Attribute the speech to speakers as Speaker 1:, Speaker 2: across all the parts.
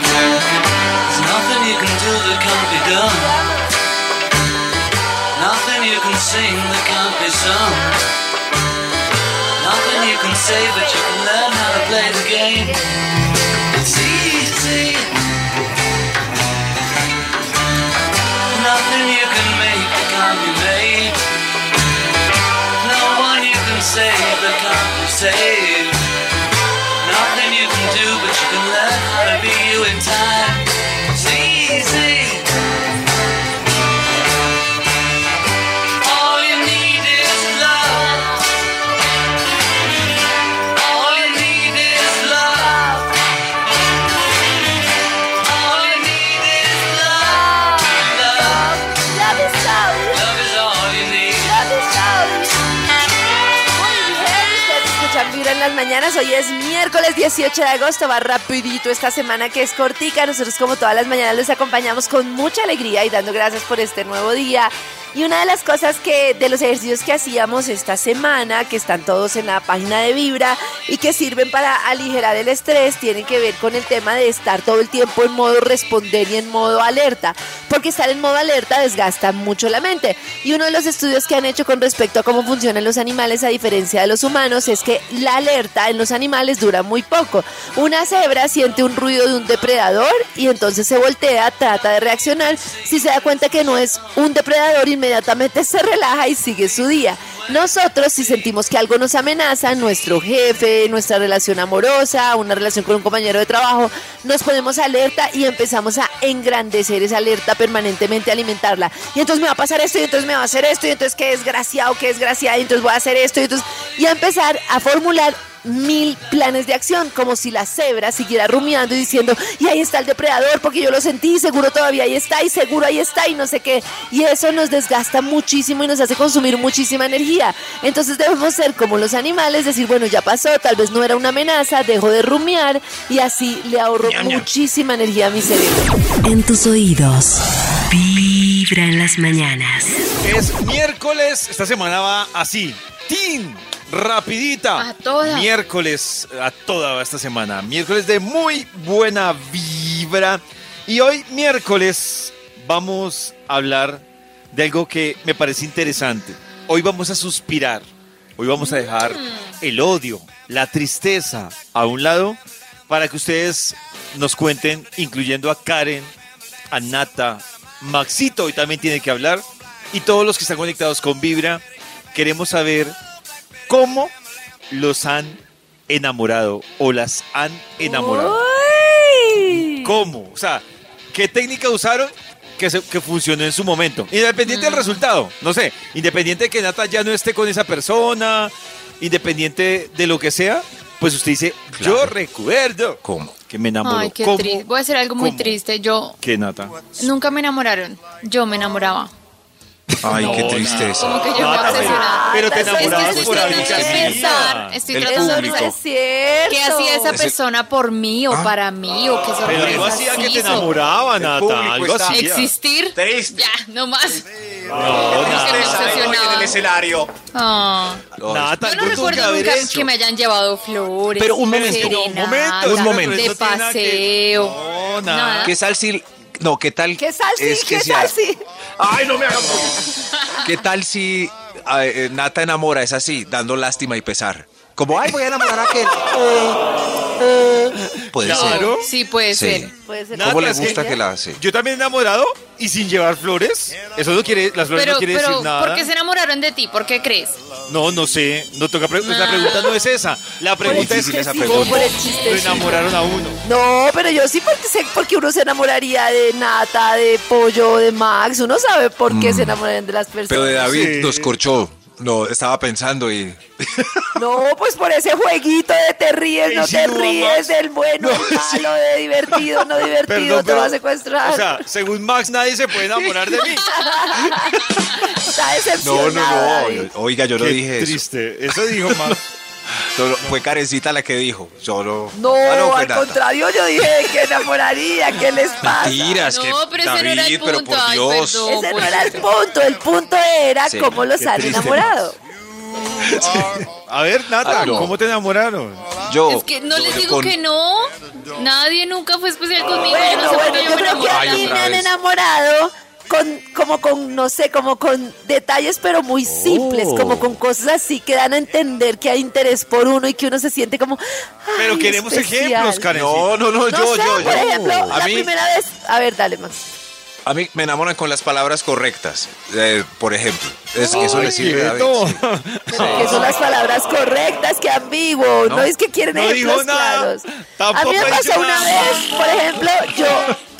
Speaker 1: There's nothing you can do that can't be done. Nothing you can sing that can't be sung. Nothing you can say, but you can learn how to play the game. It's easy. Nothing you can make that can't be made. No one you can save that can't be saved. Nothing you can do, but you can learn how to be you in time. It's easy. All you need is love. All you need is love. All you need is love. Love,
Speaker 2: Love is all.
Speaker 1: love is all you need.
Speaker 2: Love is all. Muy bien, ustedes escuchan Vibra en las mañanas. Hoy es miércoles 18 de agosto. Va rapidito esta semana que es cortica. Nosotros como todas las mañanas les acompañamos con mucha alegría y dando gracias por este nuevo día. Y una de las cosas que de los ejercicios que hacíamos esta semana, que están todos en la página de Vibra y que sirven para aligerar el estrés, tienen que ver con el tema de estar todo el tiempo en modo responder y en modo alerta, porque estar en modo alerta desgasta mucho la mente. Y uno de los estudios que han hecho con respecto a cómo funcionan los animales a diferencia de los humanos es que la alerta en los animales dura muy poco. Una cebra siente un ruido de un depredador y entonces se voltea, trata de reaccionar. Si se da cuenta que no es un depredador, inmediatamente se relaja y sigue su día. Nosotros, si sentimos que algo nos amenaza, nuestro jefe, nuestra relación amorosa, una relación con un compañero de trabajo, nos ponemos alerta y empezamos a engrandecer esa alerta permanentemente, alimentarla. Y entonces me va a pasar esto, y entonces me va a hacer esto, y entonces qué desgraciado, qué desgraciada, y entonces voy a hacer esto, y entonces. Y a empezar a formular mil planes de acción, como si la cebra siguiera rumiando y diciendo, y ahí está el depredador, porque yo lo sentí, seguro todavía ahí está, y seguro ahí está, y no sé qué. Y eso nos desgasta muchísimo y nos hace consumir muchísima energía. Entonces debemos ser como los animales, decir, bueno, ya pasó, tal vez no era una amenaza, dejo de rumiar, y así le ahorro muchísima energía a mi cerebro.
Speaker 3: En tus oídos, Vibra en las mañanas.
Speaker 4: Es miércoles, esta semana va así. ¡Tin! Rapidita.
Speaker 5: A toda.
Speaker 4: Miércoles, a toda va esta semana. Miércoles de muy buena vibra. Y hoy miércoles vamos a hablar de algo que me parece interesante. Hoy vamos a suspirar. Hoy vamos a dejar el odio, la tristeza a un lado para que ustedes nos cuenten, incluyendo a Karen, a Nata, Maxito hoy también tiene que hablar y todos los que están conectados con Vibra, queremos saber cómo los han enamorado o las han enamorado. ¿Cómo? O sea, ¿qué técnica usaron que, se- que funcionó en su momento? Independiente
Speaker 5: Mm.
Speaker 4: del resultado, no sé, independiente de que Nata ya no esté con esa persona, independiente de lo que sea, pues usted dice, yo recuerdo cómo que me enamoró.
Speaker 5: Ay, qué
Speaker 4: ¿Cómo?
Speaker 5: triste. Voy a decir algo muy
Speaker 4: ¿Cómo?
Speaker 5: triste. Yo
Speaker 4: ¿Qué, Nata?
Speaker 5: nunca me enamoraron. Yo me enamoraba.
Speaker 6: Ay, qué tristeza.
Speaker 5: Como que yo me obsesionaba.
Speaker 4: Pero te
Speaker 5: Es que
Speaker 4: enamorabas
Speaker 5: estoy
Speaker 4: por
Speaker 5: tratando
Speaker 4: algo que
Speaker 5: de
Speaker 4: hacía.
Speaker 5: pensar. Estoy
Speaker 6: El
Speaker 5: tratando de
Speaker 6: público.
Speaker 5: pensar
Speaker 2: cierto.
Speaker 5: qué hacía esa
Speaker 6: Ese- Ah.
Speaker 5: persona por mí o para mí o qué
Speaker 4: Pero algo
Speaker 5: sorpresas
Speaker 4: hacía que te
Speaker 5: hizo.
Speaker 4: enamoraba, Nata.
Speaker 6: público
Speaker 4: Algo
Speaker 6: está-
Speaker 4: hacía.
Speaker 5: Existir.
Speaker 6: Triste.
Speaker 5: Ya, no más.
Speaker 4: No,
Speaker 5: Tristeza.
Speaker 4: Nata.
Speaker 5: obsesionaba.
Speaker 6: escenario.
Speaker 5: Ah.
Speaker 4: Nata,
Speaker 5: Yo
Speaker 4: algo
Speaker 5: no
Speaker 4: tuvo que
Speaker 5: recuerdo
Speaker 4: haber
Speaker 5: nunca
Speaker 4: hecho.
Speaker 5: que me hayan llevado flores.
Speaker 6: Pero un momento.
Speaker 5: serenata,
Speaker 4: Un momento, un momento.
Speaker 5: De
Speaker 4: Eso tiene nada que-
Speaker 5: paseo.
Speaker 4: No, nada.
Speaker 6: ¿Qué tal si.? No, ¿qué tal?
Speaker 2: ¿Qué tal si-
Speaker 6: es que
Speaker 2: qué
Speaker 6: sea-
Speaker 2: tal si?
Speaker 6: ¡Ay, no me hagan bullying! ¿Qué tal si ah, eh, Nata enamora? Es así, dando lástima y pesar. Como, ay, voy a enamorar a aquel. Eh, eh. Puede
Speaker 4: Claro.
Speaker 5: Sí, puede
Speaker 6: ser.
Speaker 5: ser.
Speaker 6: Sí.
Speaker 2: Puede ser.
Speaker 6: ¿Cómo
Speaker 4: Nata,
Speaker 6: le
Speaker 4: es que-
Speaker 6: gusta que la hace?
Speaker 4: Yo también enamorado y sin llevar flores. Eso no quiere, las flores
Speaker 5: Pero,
Speaker 4: no quiere
Speaker 5: pero
Speaker 4: decir nada.
Speaker 5: ¿por qué se enamoraron de ti? ¿Por qué crees?
Speaker 4: No, no sé. No toca pre- La pregunta no es esa. La pregunta es
Speaker 6: difícil esa
Speaker 4: ¿cómo
Speaker 6: pregunta.
Speaker 2: Por el chistecito.
Speaker 4: lo enamoraron a uno.
Speaker 2: No, pero yo sí porque sé por qué uno se enamoraría de Nata, de Pollo, de Max. Uno sabe por qué se enamoran de las personas.
Speaker 6: Mm. Pero de David
Speaker 4: Sí.
Speaker 6: nos corchó. No, estaba pensando y.
Speaker 2: No, pues por ese jueguito de te ríes,
Speaker 4: Y
Speaker 2: no
Speaker 4: si
Speaker 2: te
Speaker 4: hubo
Speaker 2: ríes,
Speaker 4: más.
Speaker 2: del bueno,
Speaker 4: No,
Speaker 2: el malo, de divertido, no divertido, te va a secuestrar.
Speaker 4: O sea, según Max, nadie se puede enamorar de mí.
Speaker 2: Está
Speaker 6: No,
Speaker 2: decepcionado.
Speaker 6: no, no.
Speaker 2: David.
Speaker 6: Oiga, yo no dije eso.
Speaker 4: triste. Eso dijo Max.
Speaker 6: No, no, Fue Karencita la que dijo. Yo no.
Speaker 2: No,
Speaker 6: Ah, no, fue
Speaker 2: al
Speaker 6: Nata.
Speaker 2: contrario, yo dije que enamoraría, ¿qué les pasa?
Speaker 6: Mentiras, que
Speaker 5: No, pero ese no
Speaker 6: David,
Speaker 5: era el
Speaker 6: pero
Speaker 5: punto,
Speaker 6: por
Speaker 5: ay,
Speaker 6: Dios.
Speaker 5: perdón.
Speaker 2: Ese no era el punto, el punto era
Speaker 6: pues, Sí,
Speaker 2: cómo los
Speaker 4: qué
Speaker 2: han
Speaker 4: triste,
Speaker 2: enamorado.
Speaker 4: A ver, Nata,
Speaker 6: Ah, no.
Speaker 4: ¿cómo te enamoraron?
Speaker 6: Yo.
Speaker 5: Es que no
Speaker 6: yo-
Speaker 5: les
Speaker 6: yo
Speaker 5: digo
Speaker 6: con-
Speaker 5: que no. Nadie nunca fue
Speaker 4: Ah,
Speaker 5: especial conmigo. yo no
Speaker 2: Bueno,
Speaker 5: sé por
Speaker 2: bueno, yo
Speaker 5: qué yo me
Speaker 2: creo que
Speaker 5: enamoré.
Speaker 2: a
Speaker 6: Ay,
Speaker 2: mí
Speaker 6: otra
Speaker 2: me han
Speaker 6: vez.
Speaker 2: enamorado con, como con, no sé, como con detalles, pero muy simples,
Speaker 6: Oh.
Speaker 2: como con cosas así que dan a entender que hay interés por uno y que uno se siente como.
Speaker 4: Pero
Speaker 2: "Ay,
Speaker 4: queremos
Speaker 2: especial".
Speaker 4: ejemplos, Karen.
Speaker 6: No, no, no,
Speaker 2: No
Speaker 6: yo,
Speaker 2: sé,
Speaker 6: yo, yo.
Speaker 2: por ejemplo, la
Speaker 6: a, mí,
Speaker 2: primera vez. A ver, dale, Max.
Speaker 6: a mí me enamoran con las palabras correctas, eh, por ejemplo. Es que eso
Speaker 4: Ay,
Speaker 6: le sirve a
Speaker 4: quieto.
Speaker 6: David. sí.
Speaker 2: Que son las palabras correctas, que ambiguo. No,
Speaker 6: No,
Speaker 2: es que quieren
Speaker 4: no
Speaker 2: ejemplos
Speaker 4: dijo nada.
Speaker 2: claros. a
Speaker 4: Tampoco
Speaker 2: mí me
Speaker 4: ha dicho
Speaker 2: pasó una
Speaker 4: nada.
Speaker 2: vez, por ejemplo, yo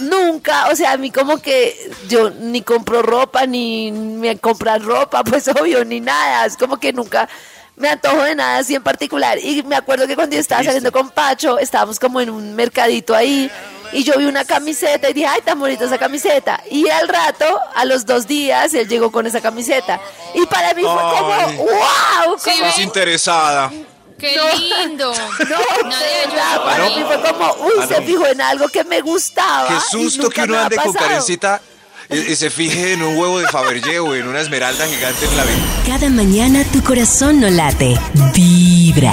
Speaker 2: nunca, o sea, a mí como que yo ni compro ropa, ni me compran ropa, pues obvio, ni nada. Es como que nunca me antojo de nada así en particular. Y me acuerdo que cuando yo estaba saliendo con Pacho, estábamos como en un mercadito ahí. Y yo vi una camiseta y dije, ay, tan bonita esa camiseta. Y al rato, a los dos días, él llegó con esa camiseta. Y para mí fue
Speaker 6: Ay.
Speaker 2: como, wow,
Speaker 5: Sí,
Speaker 2: como-
Speaker 6: Es interesada.
Speaker 5: Qué
Speaker 2: No.
Speaker 5: lindo.
Speaker 2: no,
Speaker 5: Nadie
Speaker 2: de verdad,
Speaker 5: ayudó.
Speaker 2: para mí fue como, uy,
Speaker 6: Ah,
Speaker 2: se
Speaker 6: no.
Speaker 2: fijó en algo que me gustaba.
Speaker 6: Qué
Speaker 2: y
Speaker 6: susto
Speaker 2: nunca
Speaker 6: que uno
Speaker 2: me ha
Speaker 6: ande con
Speaker 2: pasado.
Speaker 6: Karencita y, y se fije en un huevo de Fabergé o en una esmeralda gigante en la vida.
Speaker 3: Cada mañana tu corazón no late, vibra.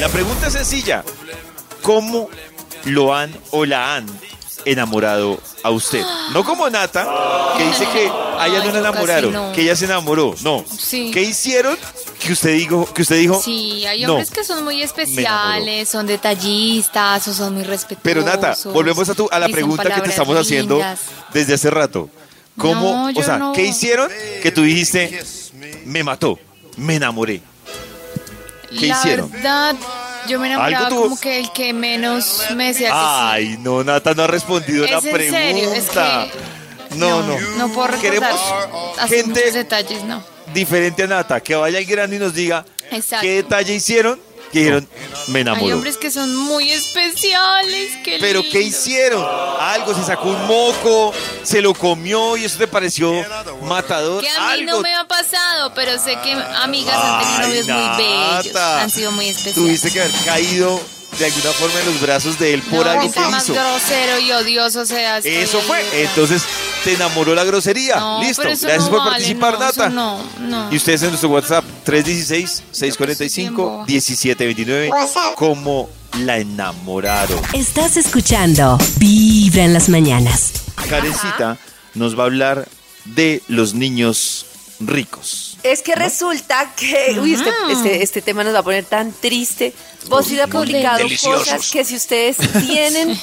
Speaker 4: La pregunta es sencilla. ¿Cómo lo han o la han enamorado a usted? No como Nata, que dice que a ella
Speaker 5: Ay,
Speaker 4: no
Speaker 5: no,
Speaker 4: la enamoraron,
Speaker 5: casi no.
Speaker 4: que ella se enamoró. No.
Speaker 5: Sí.
Speaker 4: ¿Qué hicieron que usted dijo? Que usted dijo
Speaker 5: Sí, hay
Speaker 4: no.
Speaker 5: hombres que son muy especiales, son detallistas o son muy respetuosos.
Speaker 4: Pero Nata, volvemos a, tu, a la
Speaker 5: dicen
Speaker 4: pregunta que te
Speaker 5: palabras
Speaker 4: estamos haciendo
Speaker 5: lindas.
Speaker 4: desde hace rato. ¿Cómo,
Speaker 5: No,
Speaker 4: o
Speaker 5: yo
Speaker 4: sea,
Speaker 5: no.
Speaker 4: qué hicieron que tú dijiste, me mató, me enamoré? ¿Qué
Speaker 5: la
Speaker 4: hicieron?
Speaker 5: verdad, yo me enamoraba
Speaker 4: Algo tuvo-
Speaker 5: como que el que menos me decía que sí.
Speaker 4: Ay, no, Nata no ha respondido
Speaker 5: Es
Speaker 4: la
Speaker 5: en
Speaker 4: pregunta.
Speaker 5: serio, es que-
Speaker 4: No, no.
Speaker 5: No puedo recordar
Speaker 4: Queremos
Speaker 5: así
Speaker 4: gente-
Speaker 5: muchos detalles, no.
Speaker 4: diferente a Nata, que vaya al grano y nos diga
Speaker 5: Exacto.
Speaker 4: qué detalle hicieron, que dijeron, me
Speaker 5: Hay
Speaker 4: enamoró.
Speaker 5: hombres que son muy especiales, qué
Speaker 4: Pero ¿qué
Speaker 5: lindo.
Speaker 4: hicieron? Algo, se sacó un moco, se lo comió y eso te pareció matador.
Speaker 5: Que a mí
Speaker 4: Algo
Speaker 5: no me ha pasado, pero sé que amigas han
Speaker 4: Ay,
Speaker 5: tenido novios muy bellos,
Speaker 4: Nata.
Speaker 5: han sido muy especiales.
Speaker 4: Tuviste que haber caído de alguna forma en los brazos de él por
Speaker 5: no,
Speaker 4: algo
Speaker 5: entre
Speaker 4: que
Speaker 5: más
Speaker 4: hizo.
Speaker 5: grosero y odioso seas.
Speaker 4: Eso fue.
Speaker 5: todavía.
Speaker 4: Entonces te enamoró la grosería.
Speaker 5: No,
Speaker 4: Listo.
Speaker 5: pero eso
Speaker 4: Gracias
Speaker 5: no
Speaker 4: por
Speaker 5: vale,
Speaker 4: participar,
Speaker 5: no, eso
Speaker 4: Nata.
Speaker 5: No, no.
Speaker 4: Y ustedes en nuestro WhatsApp
Speaker 5: Yo que soy
Speaker 4: 316-645-1729. ¿Cómo la enamoraron?
Speaker 3: Estás escuchando Vibra en las mañanas.
Speaker 4: Karencita nos va a hablar de los niños ricos.
Speaker 2: Es que resulta que uy, este, este- este tema nos va a poner tan triste. Vos sí ha publicado
Speaker 6: Deliciosos.
Speaker 2: cosas que si ustedes tienen,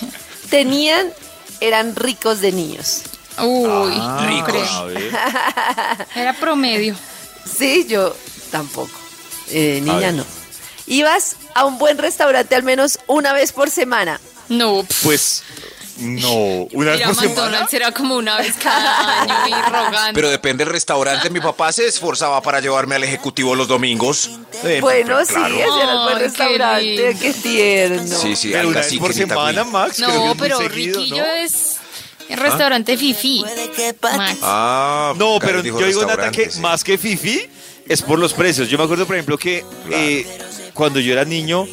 Speaker 2: tenían, eran ricos de niños.
Speaker 5: Uy, no
Speaker 4: Ricos.
Speaker 5: creo. Era promedio.
Speaker 2: Sí, yo tampoco. Eh, niña
Speaker 4: ver.
Speaker 2: no. Ibas a un buen restaurante al menos una vez por semana.
Speaker 5: No, pff,
Speaker 4: Pues no, una
Speaker 5: ir a McDonald's era como una vez cada año y rogando.
Speaker 6: Pero depende del restaurante. Mi papá se esforzaba para llevarme al ejecutivo los domingos. Eh,
Speaker 2: bueno,
Speaker 6: claro.
Speaker 2: sí, ese era el buen
Speaker 5: Ay, qué
Speaker 2: restaurante. Qué,
Speaker 5: lindo.
Speaker 2: tierno.
Speaker 6: Sí, sí,
Speaker 4: Pero
Speaker 6: algo
Speaker 4: una vez
Speaker 6: así,
Speaker 4: por
Speaker 6: Kenita
Speaker 4: semana,
Speaker 6: Will.
Speaker 4: Max. creo que
Speaker 5: no,
Speaker 4: es muy
Speaker 5: pero
Speaker 4: seguido,
Speaker 5: Riquillo
Speaker 4: ¿no? Ah.
Speaker 5: es el restaurante Fifi. Max.
Speaker 6: Ah,
Speaker 4: No,
Speaker 6: Karen
Speaker 4: pero
Speaker 6: dijo
Speaker 4: yo digo, Nata,
Speaker 6: restaurante,
Speaker 4: que
Speaker 6: sí.
Speaker 4: más que Fifi es por los precios. Yo me acuerdo, por ejemplo, que
Speaker 6: Claro.
Speaker 4: eh, cuando yo era niño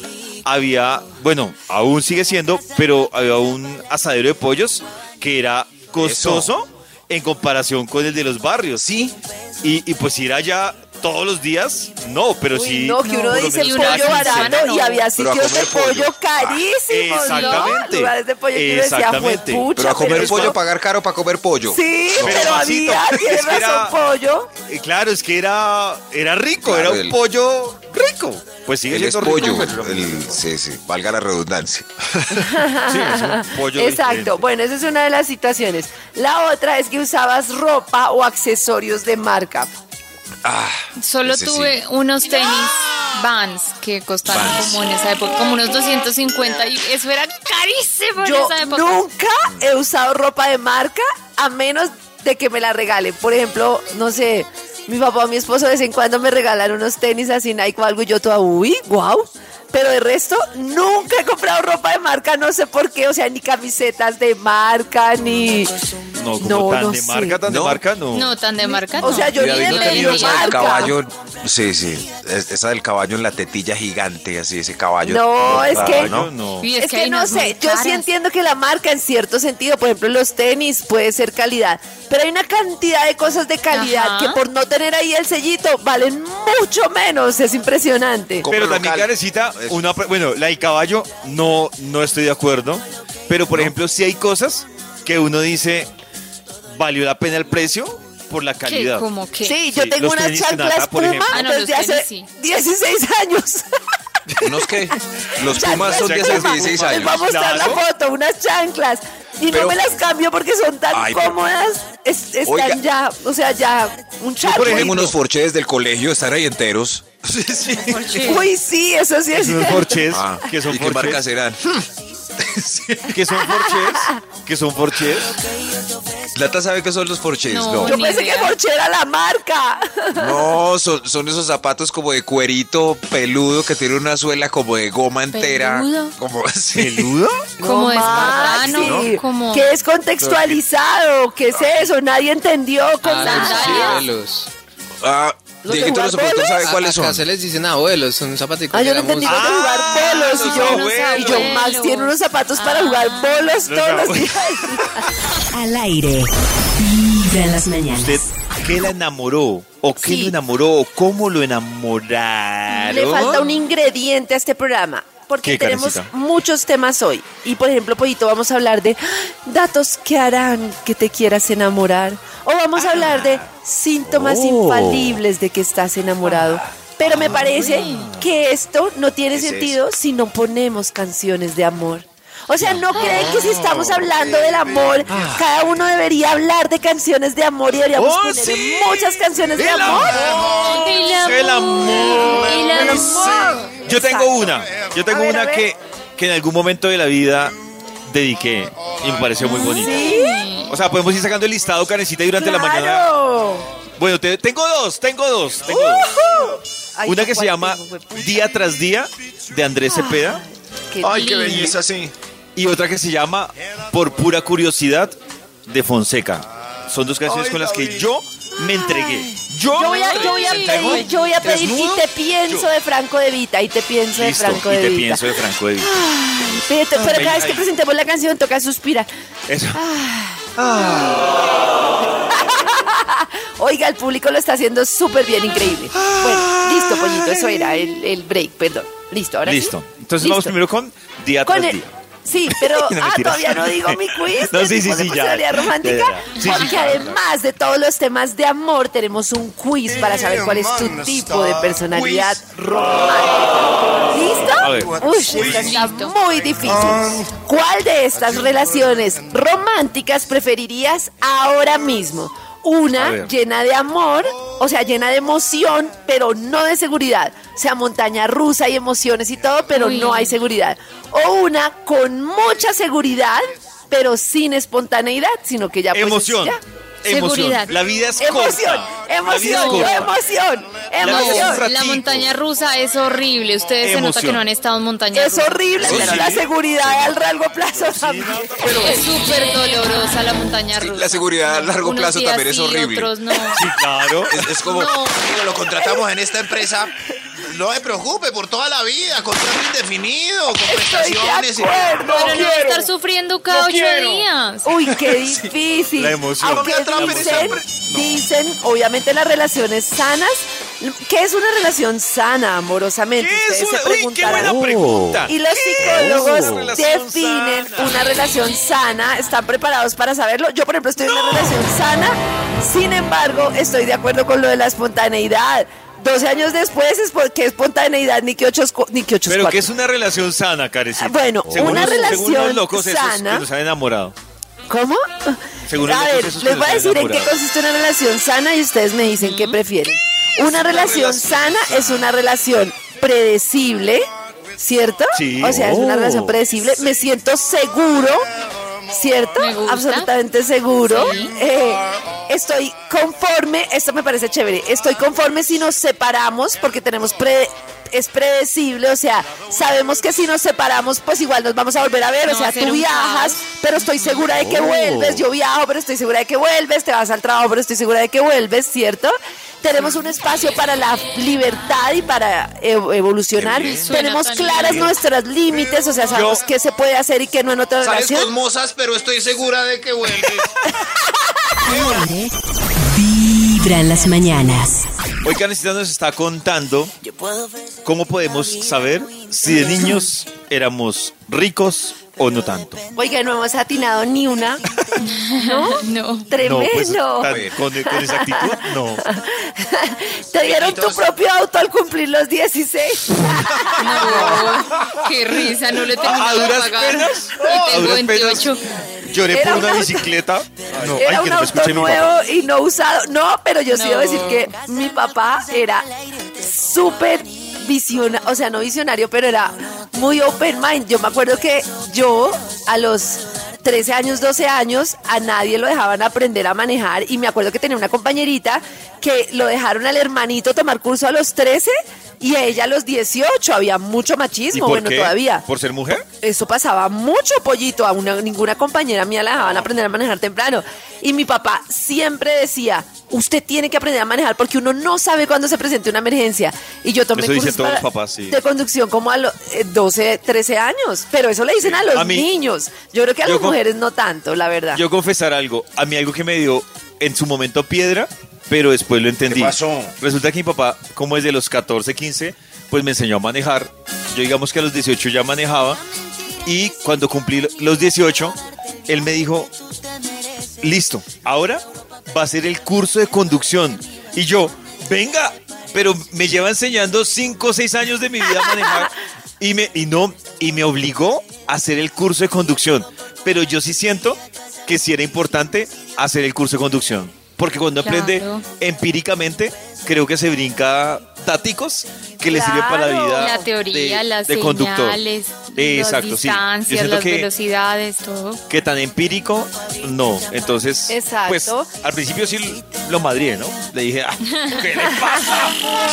Speaker 4: había, bueno, aún sigue siendo, pero había un asadero de pollos que era costoso en comparación con el de los barrios. Sí. Y, y pues ir allá todos los días, no, pero
Speaker 2: Uy,
Speaker 4: sí.
Speaker 2: no, que uno
Speaker 5: No,
Speaker 2: dice
Speaker 5: y
Speaker 2: pollo
Speaker 5: una quincena,
Speaker 2: barato y
Speaker 5: no.
Speaker 2: había
Speaker 6: Pero
Speaker 2: sitios
Speaker 6: a
Speaker 2: de
Speaker 6: comer pollo.
Speaker 2: pollo carísimos,
Speaker 4: exactamente.
Speaker 2: ¿no? Lugares de pollo que uno decía,
Speaker 4: Exactamente.
Speaker 2: "Juepucha,
Speaker 6: Pero a comer
Speaker 2: es
Speaker 6: pollo,
Speaker 2: como-
Speaker 6: pagar caro para comer pollo.
Speaker 2: Sí,
Speaker 4: No.
Speaker 2: pero
Speaker 4: Pero, Maxito,
Speaker 2: había,
Speaker 4: es
Speaker 2: tienes
Speaker 4: que era-
Speaker 2: razón, pollo.
Speaker 4: Eh, Claro, es que era, era rico,
Speaker 6: Claro,
Speaker 4: era un
Speaker 6: el-
Speaker 4: pollo rico. Pues sigue
Speaker 6: Él es
Speaker 4: siendo rico.
Speaker 6: pollo.
Speaker 4: pero-
Speaker 6: el- sí, sí, valga la redundancia.
Speaker 4: Sí, es un pollo
Speaker 2: Exacto.
Speaker 4: diferente.
Speaker 2: Bueno, esa es una de las situaciones. La otra es que usabas ropa o accesorios de marca.
Speaker 6: Ah,
Speaker 5: Solo
Speaker 6: ese sí.
Speaker 5: tuve unos tenis Vans que costaron
Speaker 6: Vans.
Speaker 5: como en esa época, como unos 250 y eso era carísimo en
Speaker 2: Yo
Speaker 5: esa época.
Speaker 2: nunca he usado ropa de marca a menos de que me la regalen. Por ejemplo, no sé, Mi papá o mi esposo de vez en cuando me regalaron unos tenis así Nike o algo y yo toda, uy, wow. Pero de resto, nunca he comprado ropa de marca, no sé por qué, o sea, ni camisetas de marca, ni...
Speaker 4: No, como
Speaker 2: No,
Speaker 4: tan
Speaker 2: no
Speaker 4: de
Speaker 2: sé.
Speaker 4: marca, tan
Speaker 6: No.
Speaker 4: de marca, no.
Speaker 5: No, tan de marca.
Speaker 2: O
Speaker 5: no.
Speaker 2: sea, yo
Speaker 6: Yo
Speaker 2: ni
Speaker 6: David
Speaker 2: he
Speaker 6: no tenía
Speaker 2: pedido
Speaker 6: esa del
Speaker 2: marca.
Speaker 6: caballo. Sí, sí. es- Esa del caballo en la tetilla gigante, así, ese caballo.
Speaker 2: No, es que-
Speaker 4: Yo
Speaker 6: raro, ¿no?
Speaker 4: Ah, no.
Speaker 5: Sí,
Speaker 2: Es, que,
Speaker 5: hay
Speaker 2: no
Speaker 5: unas muy
Speaker 2: sé, yo sí
Speaker 5: caras.
Speaker 2: entiendo que la marca en cierto sentido, por ejemplo los tenis puede ser calidad, pero hay una cantidad de cosas de calidad
Speaker 5: Ajá.
Speaker 2: que por no tener ahí el sellito valen mucho menos, es impresionante.
Speaker 6: Co-
Speaker 4: Pero
Speaker 6: Compra
Speaker 4: también,
Speaker 6: local.
Speaker 4: Carecita,
Speaker 6: Eso.
Speaker 4: una, pre- bueno, la del caballo no, no estoy de acuerdo. Pero, por ejemplo, sí hay cosas que uno dice, valió la pena el precio por la
Speaker 5: ¿Qué?
Speaker 4: calidad.
Speaker 5: ¿Cómo qué?
Speaker 2: Sí, yo
Speaker 4: Sí,
Speaker 2: tengo
Speaker 4: los
Speaker 2: unas
Speaker 4: tenis que Nata,
Speaker 2: chanclas
Speaker 4: por
Speaker 2: Puma
Speaker 4: ejemplo.
Speaker 5: Ah, no, los
Speaker 2: desde hace
Speaker 5: tenis sí.
Speaker 2: 16 años.
Speaker 6: ¿Unos qué? Los
Speaker 2: Chanclas
Speaker 6: Pumas son
Speaker 4: ya
Speaker 6: de
Speaker 4: que
Speaker 6: hace
Speaker 2: Puma.
Speaker 6: 16
Speaker 2: Les voy a
Speaker 6: años.
Speaker 2: mostrar la
Speaker 4: Claro.
Speaker 2: foto, unas chanclas. Y no
Speaker 6: Pero-
Speaker 2: me las cambio porque son tan
Speaker 6: Ay, pero-
Speaker 2: cómodas. es- están
Speaker 6: Oiga.
Speaker 2: ya, o sea, ya un charco.
Speaker 4: por
Speaker 6: Tengo
Speaker 4: ejemplo-
Speaker 6: unos forches del colegio, están ahí enteros. Sí, sí.
Speaker 2: Uy, sí, eso sí es.
Speaker 4: Son forches,
Speaker 6: Ah,
Speaker 4: que son
Speaker 6: ¿Y qué
Speaker 4: forches,
Speaker 6: marcas serán?
Speaker 4: que son forches, que son forches.
Speaker 6: Lata sabe que son los forches,
Speaker 5: No,
Speaker 6: ¿no?
Speaker 2: Yo
Speaker 5: Ni
Speaker 2: pensé que
Speaker 5: idea.
Speaker 2: Forche era la marca.
Speaker 6: No, son, son esos zapatos como de cuerito peludo que tiene una suela como de goma entera.
Speaker 5: ¿Peludo?
Speaker 6: Como así.
Speaker 4: ¿Peludo?
Speaker 5: Como
Speaker 2: No,
Speaker 5: espartano,
Speaker 2: Maxi,
Speaker 5: como-
Speaker 2: ¿Qué es contextualizado? ¿Qué es
Speaker 4: Ah.
Speaker 2: eso? Nadie entendió. con
Speaker 5: sandalias.
Speaker 7: abuelos.
Speaker 6: Ah,
Speaker 2: ¿Los
Speaker 6: Dieguito,
Speaker 2: de
Speaker 6: nuestro productor,
Speaker 2: jugar
Speaker 6: sabe
Speaker 2: bolos?
Speaker 6: cuáles
Speaker 7: Acá
Speaker 6: son.
Speaker 7: se les dicen abuelos, son zapaticos
Speaker 2: Ah,
Speaker 7: de
Speaker 2: yo no
Speaker 7: la
Speaker 2: entendí
Speaker 7: música.
Speaker 2: lo de jugar
Speaker 4: Ah,
Speaker 2: bolos. Y
Speaker 4: los
Speaker 2: yo,
Speaker 4: abuelos.
Speaker 2: y yo, Max tiene unos zapatos para jugar bolos
Speaker 4: Los
Speaker 2: todos los
Speaker 4: abuelos.
Speaker 2: días.
Speaker 3: Al aire. Vibra en las mañanas.
Speaker 4: ¿Usted qué la enamoró? ¿O qué
Speaker 5: Sí.
Speaker 4: lo enamoró? ¿O cómo lo enamoraron?
Speaker 2: Le falta un ingrediente a este programa. Porque
Speaker 4: ¿Qué,
Speaker 2: tenemos
Speaker 4: Karencita?
Speaker 2: muchos temas hoy. Y por ejemplo, Pollito, vamos a hablar de datos que harán que te quieras enamorar. O vamos a hablar de
Speaker 4: Ah.
Speaker 2: síntomas
Speaker 4: Oh.
Speaker 2: infalibles de que estás enamorado. Pero
Speaker 4: Ah.
Speaker 2: me parece que esto no tiene
Speaker 6: ¿Qué es
Speaker 2: sentido si no ponemos canciones de amor. O sea, ¿no creen que si estamos hablando del amor, cada uno debería hablar de canciones de amor y deberíamos
Speaker 4: Ah. ¡Oh,
Speaker 2: poner
Speaker 4: sí!
Speaker 2: muchas canciones de
Speaker 4: ¡El
Speaker 2: amor?
Speaker 4: amor!
Speaker 5: El amor,
Speaker 4: ¡El amor!
Speaker 5: el amor.
Speaker 4: Yo tengo una. Yo tengo
Speaker 2: A ver, a
Speaker 4: una
Speaker 2: ver.
Speaker 4: que, que en algún momento de la vida dediqué y me pareció muy bonita. O sea, podemos ir sacando el listado, Canecita, y durante la mañana.
Speaker 2: ¡Claro!
Speaker 4: Bueno, te- tengo dos, tengo dos, tengo dos.
Speaker 2: Uh, Ay,
Speaker 4: Una
Speaker 2: yo
Speaker 4: que se
Speaker 2: cuál
Speaker 4: llama
Speaker 2: tengo, hueputa,
Speaker 4: Día tras Día, de Andrés Cepeda.
Speaker 2: qué
Speaker 5: qué
Speaker 6: belleza, sí.
Speaker 4: Y otra que se llama Por pura curiosidad de Fonseca. Son dos canciones con las que yo me entregué. Yo,
Speaker 2: Yo voy a, yo voy a
Speaker 4: me entregué.
Speaker 2: pedir, yo voy a pedir y
Speaker 4: Desnudo,
Speaker 2: te pienso
Speaker 4: yo.
Speaker 2: de Franco de Vita, y te pienso de
Speaker 4: Listo,
Speaker 2: Franco
Speaker 4: y
Speaker 2: de
Speaker 4: te
Speaker 2: Vita.
Speaker 4: pienso de Franco de Vita.
Speaker 2: Pero, te- pero
Speaker 4: Venga,
Speaker 2: cada vez que
Speaker 4: ahí.
Speaker 2: presentemos la canción toca suspirar.
Speaker 4: Eso.
Speaker 2: Ah. Oiga, el público lo está haciendo súper bien, increíble. Bueno, listo, pollito, eso era el, el break, perdón. Listo, ahora sí.
Speaker 4: Listo. Entonces vamos
Speaker 2: Listo.
Speaker 4: primero con Día
Speaker 2: Con
Speaker 4: tras
Speaker 2: el-
Speaker 4: Día.
Speaker 2: Sí, pero
Speaker 4: No,
Speaker 2: ah,
Speaker 4: mentiras.
Speaker 2: todavía no digo mi quiz.
Speaker 4: No,
Speaker 2: que
Speaker 4: sí, sí,
Speaker 2: tipo de
Speaker 4: sí, ya.
Speaker 2: personalidad
Speaker 4: Ya, ya,
Speaker 2: romántica.
Speaker 4: ya. Sí, sí,
Speaker 2: porque
Speaker 4: ya, ya.
Speaker 2: además de todos los temas de amor, tenemos un quiz para saber cuál es tu tipo de personalidad
Speaker 4: A
Speaker 2: romántica.
Speaker 4: ver.
Speaker 2: ¿Listo? Uy, esta está
Speaker 5: Listo.
Speaker 2: muy difícil. ¿Cuál de estas relaciones románticas preferirías ahora mismo?
Speaker 4: A
Speaker 2: Una
Speaker 4: ver.
Speaker 2: llena de amor, o sea, llena de emoción, pero no de seguridad. O sea, montaña rusa y emociones y todo, pero
Speaker 5: Uy.
Speaker 2: no hay seguridad. O una con mucha seguridad, pero sin espontaneidad, sino
Speaker 4: Ah,
Speaker 2: que ya pues,
Speaker 4: Emoción.
Speaker 2: ya.
Speaker 4: Emoción.
Speaker 5: Seguridad.
Speaker 4: La vida es
Speaker 2: Emoción,
Speaker 4: corta. La vida
Speaker 2: emoción,
Speaker 4: es corta.
Speaker 2: emoción,
Speaker 4: La vida es un
Speaker 2: emoción.
Speaker 5: la
Speaker 4: ratico.
Speaker 5: montaña rusa es horrible. Ustedes se nota que
Speaker 4: Emoción.
Speaker 5: no han estado en montaña
Speaker 2: Es
Speaker 5: rusa.
Speaker 2: horrible,
Speaker 4: Sí,
Speaker 2: pero
Speaker 4: sí.
Speaker 2: la seguridad al largo plazo también.
Speaker 5: Es súper dolorosa la montaña
Speaker 6: Sí,
Speaker 5: rusa.
Speaker 6: la seguridad a largo
Speaker 5: Unos
Speaker 6: plazo
Speaker 5: días
Speaker 6: también es
Speaker 5: sí,
Speaker 6: horrible.
Speaker 5: Otros no.
Speaker 4: Sí, claro.
Speaker 6: Es, es como,
Speaker 5: No.
Speaker 6: "Oiga, lo contratamos en esta empresa. No se preocupe, por toda la vida, contrato indefinido, con
Speaker 2: Estoy
Speaker 6: prestaciones. y-
Speaker 2: de acuerdo.
Speaker 5: Pero no va a estar sufriendo cada ocho días.
Speaker 2: Uy, qué difícil.
Speaker 4: la emoción. Ah,
Speaker 2: Aunque
Speaker 6: No me atrapen
Speaker 2: dicen,
Speaker 6: siempre.
Speaker 2: dicen, obviamente las relaciones sanas. ¿Qué es una relación sana amorosamente?
Speaker 4: ¿Qué es
Speaker 2: Ustedes se
Speaker 4: una- uy, qué
Speaker 2: preguntarán.
Speaker 4: buena pregunta.
Speaker 2: Y los
Speaker 4: ¿Qué es una
Speaker 2: psicólogos
Speaker 4: relación
Speaker 2: definen
Speaker 4: sana?
Speaker 2: una relación sana. ¿Están preparados para saberlo? Yo, por ejemplo, estoy en una relación sana. Sin embargo, estoy de acuerdo con lo de la espontaneidad. 12 años después, es por- ¿qué espontaneidad? Ni que ocho, escu- ni que ocho
Speaker 4: Pero que
Speaker 2: cuatro.
Speaker 4: es una relación sana, Carecita.
Speaker 2: Ah, bueno,
Speaker 4: Según
Speaker 2: una
Speaker 4: los- según los
Speaker 2: relación
Speaker 4: locos esos
Speaker 2: sana.
Speaker 4: que nos han enamorado.
Speaker 2: ¿Cómo?
Speaker 4: Según
Speaker 2: a
Speaker 4: los
Speaker 2: ver,
Speaker 4: procesos que
Speaker 2: les
Speaker 4: nos
Speaker 2: voy a
Speaker 4: han
Speaker 2: decir en qué
Speaker 4: enamorado.
Speaker 2: consiste una relación sana y ustedes me dicen qué prefieren. Una relación sana es una relación predecible, ¿cierto?
Speaker 4: Sí.
Speaker 2: O sea, es una
Speaker 4: Oh.
Speaker 2: relación predecible. Me siento seguro, ¿cierto?
Speaker 5: Me gusta.
Speaker 2: Absolutamente seguro.
Speaker 5: Sí.
Speaker 2: Eh, estoy conforme, esto me parece chévere, estoy conforme si nos separamos porque tenemos pre- es predecible, o sea, sabemos que si nos separamos, pues igual nos vamos a volver a ver,
Speaker 5: No
Speaker 2: o
Speaker 5: va
Speaker 2: sea,
Speaker 5: a ser
Speaker 2: tú
Speaker 5: un
Speaker 2: viajas,
Speaker 5: caos.
Speaker 2: pero estoy segura de que
Speaker 6: Oh.
Speaker 2: vuelves, yo viajo, pero estoy segura de que vuelves, te vas al trabajo, pero estoy segura de que vuelves, ¿cierto? Tenemos un espacio para la libertad y para ev- evolucionar.
Speaker 6: Qué bien.
Speaker 5: Suena
Speaker 2: Tenemos
Speaker 5: tan
Speaker 2: claras
Speaker 5: lindo.
Speaker 2: nuestros límites, o sea, sabemos
Speaker 4: Yo-
Speaker 2: qué se puede hacer y qué no en otra
Speaker 8: Sales
Speaker 2: relación.
Speaker 8: con mozas, pero estoy segura de que vuelves.
Speaker 3: Vibra en las mañanas.
Speaker 4: Hoy Canecita nos está contando cómo podemos saber si de niños éramos ricos o no tanto.
Speaker 2: Oiga, no hemos atinado ni una.
Speaker 5: No.
Speaker 2: Tremendo.
Speaker 4: No, pues, tan- con, con exactitud, no.
Speaker 2: Te dieron tu
Speaker 8: Chiquitos.
Speaker 2: propio auto al cumplir los 16.
Speaker 5: No. Qué risa, no le tengo
Speaker 4: A
Speaker 5: que
Speaker 4: duras
Speaker 5: pagar.
Speaker 4: penas.
Speaker 5: Y
Speaker 4: a
Speaker 5: tengo
Speaker 4: duras penas,
Speaker 5: 28.
Speaker 4: Lloré
Speaker 2: Era
Speaker 4: por
Speaker 2: un
Speaker 4: una
Speaker 2: auto-
Speaker 4: bicicleta. No,
Speaker 2: era
Speaker 4: ay,
Speaker 2: un
Speaker 4: que no me
Speaker 2: auto
Speaker 4: escuche mi papá.
Speaker 2: nuevo y no usado. No, pero yo sí
Speaker 5: No.
Speaker 2: debo decir que mi papá era súper visionario, o sea, no visionario, pero era muy open mind. Yo me acuerdo que yo a los 13 años, 12 años, a nadie lo dejaban aprender a manejar y me acuerdo que tenía una compañerita que lo dejaron al hermanito tomar curso a los 13 y a ella a los 18. Había mucho
Speaker 4: ¿Y
Speaker 2: machismo,
Speaker 4: por
Speaker 2: bueno,
Speaker 4: qué?
Speaker 2: todavía.
Speaker 4: ¿Por ser mujer?
Speaker 2: Eso pasaba mucho, pollito. A una, ninguna compañera mía la dejaban aprender a manejar temprano. Y mi papá siempre decía, usted tiene que aprender a manejar porque uno no sabe cuándo se presente una emergencia. Y yo tomé
Speaker 4: Eso dicen
Speaker 2: cursos
Speaker 4: todos
Speaker 2: para-
Speaker 4: los papás, sí.
Speaker 2: de conducción como a los 12, 13 años. Pero eso le dicen a los
Speaker 4: A mí-
Speaker 2: niños. Yo creo que a
Speaker 4: yo
Speaker 2: las
Speaker 4: con-
Speaker 2: mujeres no tanto, la verdad.
Speaker 4: Yo confesar algo. A mí algo que me dio en su momento piedra, pero después lo entendí.
Speaker 8: ¿Qué pasó?
Speaker 4: Resulta que mi papá, como desde los 14, 15, pues me enseñó a manejar. Yo digamos que a los 18 ya manejaba. Y cuando cumplí los 18, él me dijo, listo, ahora va a ser el curso de conducción. Y yo, venga, pero me lleva enseñando 5 o 6 años de mi vida a manejar. Y me, y no, y me obligó a hacer el curso de conducción. Pero yo sí siento que sí era importante hacer el curso de conducción. Porque cuando aprende
Speaker 5: Claro.
Speaker 4: empíricamente, creo que se brinca táticos que le sirven para la
Speaker 2: Claro.
Speaker 4: vida.
Speaker 5: La teoría,
Speaker 4: de-
Speaker 5: las
Speaker 4: de conductor.
Speaker 5: señales,
Speaker 4: Eh,
Speaker 5: las
Speaker 4: exacto, sí. Yo
Speaker 5: distancias,
Speaker 4: siento
Speaker 5: las
Speaker 4: que-
Speaker 5: velocidades, todo.
Speaker 4: que tan empírico, no. Entonces,
Speaker 2: Exacto.
Speaker 4: pues al principio sí lo madrié, ¿no? Le dije, ah, ¿qué le pasa?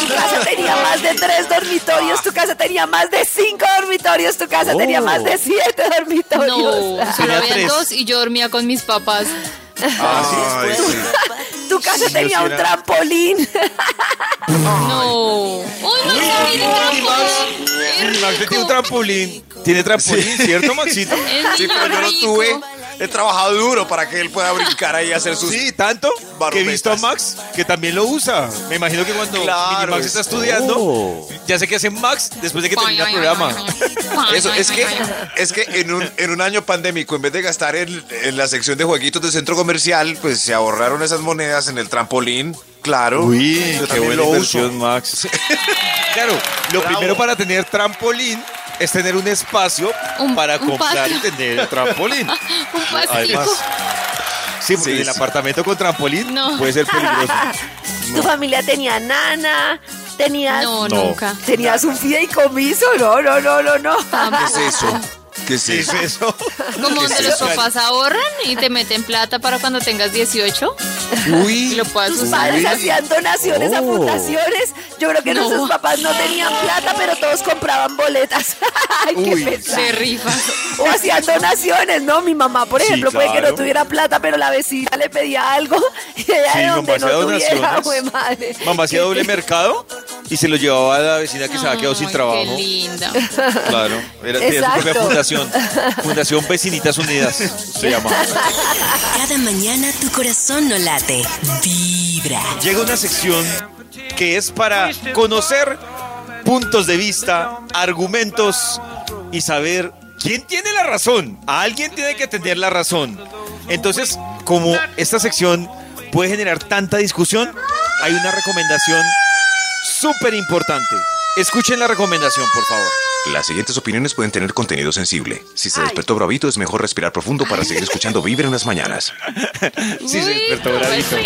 Speaker 2: Tu casa tenía más de tres dormitorios, tu casa tenía más de cinco dormitorios, tu casa
Speaker 4: Oh.
Speaker 2: tenía más de siete dormitorios.
Speaker 5: No, solo
Speaker 4: Tenía
Speaker 5: habían
Speaker 4: tres.
Speaker 5: dos y yo dormía con mis papás.
Speaker 6: Ay, Ah, sí. pues.
Speaker 2: Tu casa
Speaker 4: Sí, yo
Speaker 2: tenía
Speaker 4: sí
Speaker 2: un
Speaker 4: era-
Speaker 2: trampolín.
Speaker 5: No. ¡Uy, Max, tiene trampolín! ¡Qué
Speaker 4: Max
Speaker 5: rico!
Speaker 4: tiene un trampolín. Tiene trampolín, ¿cierto, Maxito?
Speaker 5: Es
Speaker 6: Sí,
Speaker 5: niño
Speaker 6: pero yo lo
Speaker 5: rico.
Speaker 6: tuve. He trabajado duro para que él pueda brincar ahí y hacer sus.
Speaker 4: Sí, tanto que he
Speaker 6: Barometas.
Speaker 4: visto a Max que también lo usa. Me imagino que cuando
Speaker 6: Claro,
Speaker 4: Mini Max está
Speaker 6: es-
Speaker 4: estudiando,
Speaker 6: Oh.
Speaker 4: ya sé qué hace Max después de que termina el programa.
Speaker 6: Eso, es que,
Speaker 5: Ay,
Speaker 6: es que en, un, en un año pandémico, en vez de gastar en, en la sección de jueguitos del centro comercial, pues se ahorraron esas monedas en el trampolín. Claro. Yo también lo uso.
Speaker 4: Max. claro, lo
Speaker 6: Bravo.
Speaker 4: primero para tener trampolín es tener un espacio
Speaker 5: Un-
Speaker 4: para
Speaker 5: un
Speaker 4: comprar y
Speaker 5: patio.
Speaker 4: tener el trampolín.
Speaker 5: Un pastico.
Speaker 4: Además, sí, porque
Speaker 6: Sí,
Speaker 4: en el
Speaker 6: sí.
Speaker 4: apartamento con trampolín
Speaker 5: No.
Speaker 4: puede ser peligroso.
Speaker 2: Tu familia tenía nana, tenías,
Speaker 5: No,
Speaker 4: No.
Speaker 5: nunca.
Speaker 2: tenías un fideicomiso, no, no, no, no, no.
Speaker 6: ¿Qué es eso? ¿Qué es
Speaker 4: ¿Qué es
Speaker 6: eso?
Speaker 4: eso?
Speaker 5: Como
Speaker 6: ¿Qué es
Speaker 5: donde los
Speaker 6: eso?
Speaker 5: papás ahorran y te meten plata para cuando tengas 18 y
Speaker 6: Uy.
Speaker 5: lo puedas
Speaker 2: Tus
Speaker 5: usar.
Speaker 2: padres hacían donaciones a
Speaker 6: Oh.
Speaker 2: fundaciones. Yo creo que
Speaker 5: No.
Speaker 2: nuestros papás no tenían plata, pero todos compraban boletas. Ay, qué
Speaker 6: Uy,
Speaker 2: pesar.
Speaker 5: Se rifa.
Speaker 2: O hacían donaciones, ¿no? Mi mamá, por
Speaker 4: Sí,
Speaker 2: ejemplo, puede que
Speaker 4: claro.
Speaker 2: no tuviera plata, pero la vecina le pedía algo y ella
Speaker 4: Sí,
Speaker 2: de
Speaker 4: mamá
Speaker 2: donde no
Speaker 4: hacía
Speaker 2: tuviera,
Speaker 4: donaciones.
Speaker 2: güey, madre.
Speaker 4: Mamá hacía doble mercado y se lo llevaba a la vecina que se había quedado sin
Speaker 5: Ay,
Speaker 4: trabajo.
Speaker 5: Qué linda.
Speaker 4: Claro, era tenía su propia
Speaker 2: Exacto.
Speaker 4: fundación. Fundación Vecinitas Unidas se llama.
Speaker 3: Cada mañana tu corazón no late. Vibra.
Speaker 4: Llega una sección que es para conocer puntos de vista, argumentos y saber quién tiene la razón. Alguien tiene que tener la razón. Entonces, como esta sección puede generar tanta discusión, hay una recomendación súper importante. Escuchen la recomendación, por favor.
Speaker 6: Las siguientes opiniones pueden tener contenido sensible. Si se despertó bravito, es mejor respirar profundo para seguir escuchando Vibra en las mañanas.
Speaker 4: Sí, se
Speaker 5: Uy, pues
Speaker 4: despertó
Speaker 5: ¿cómo
Speaker 4: bravito.
Speaker 5: así?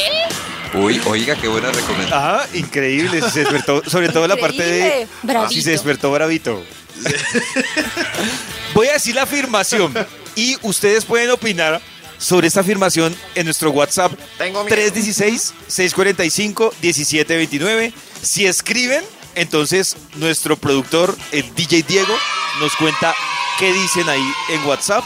Speaker 6: Uy, oiga, qué buena recomendación.
Speaker 4: Ajá, increíble. Si se despertó, sobre todo la parte de.
Speaker 2: Increíble.
Speaker 5: Bravito.
Speaker 4: Si se despertó bravito. Voy a decir la afirmación y ustedes pueden opinar sobre esta afirmación en nuestro WhatsApp
Speaker 8: Tengo miedo.
Speaker 4: 316-645-1729. Si escriben, entonces nuestro productor, el DJ Diego, nos cuenta qué dicen ahí en WhatsApp.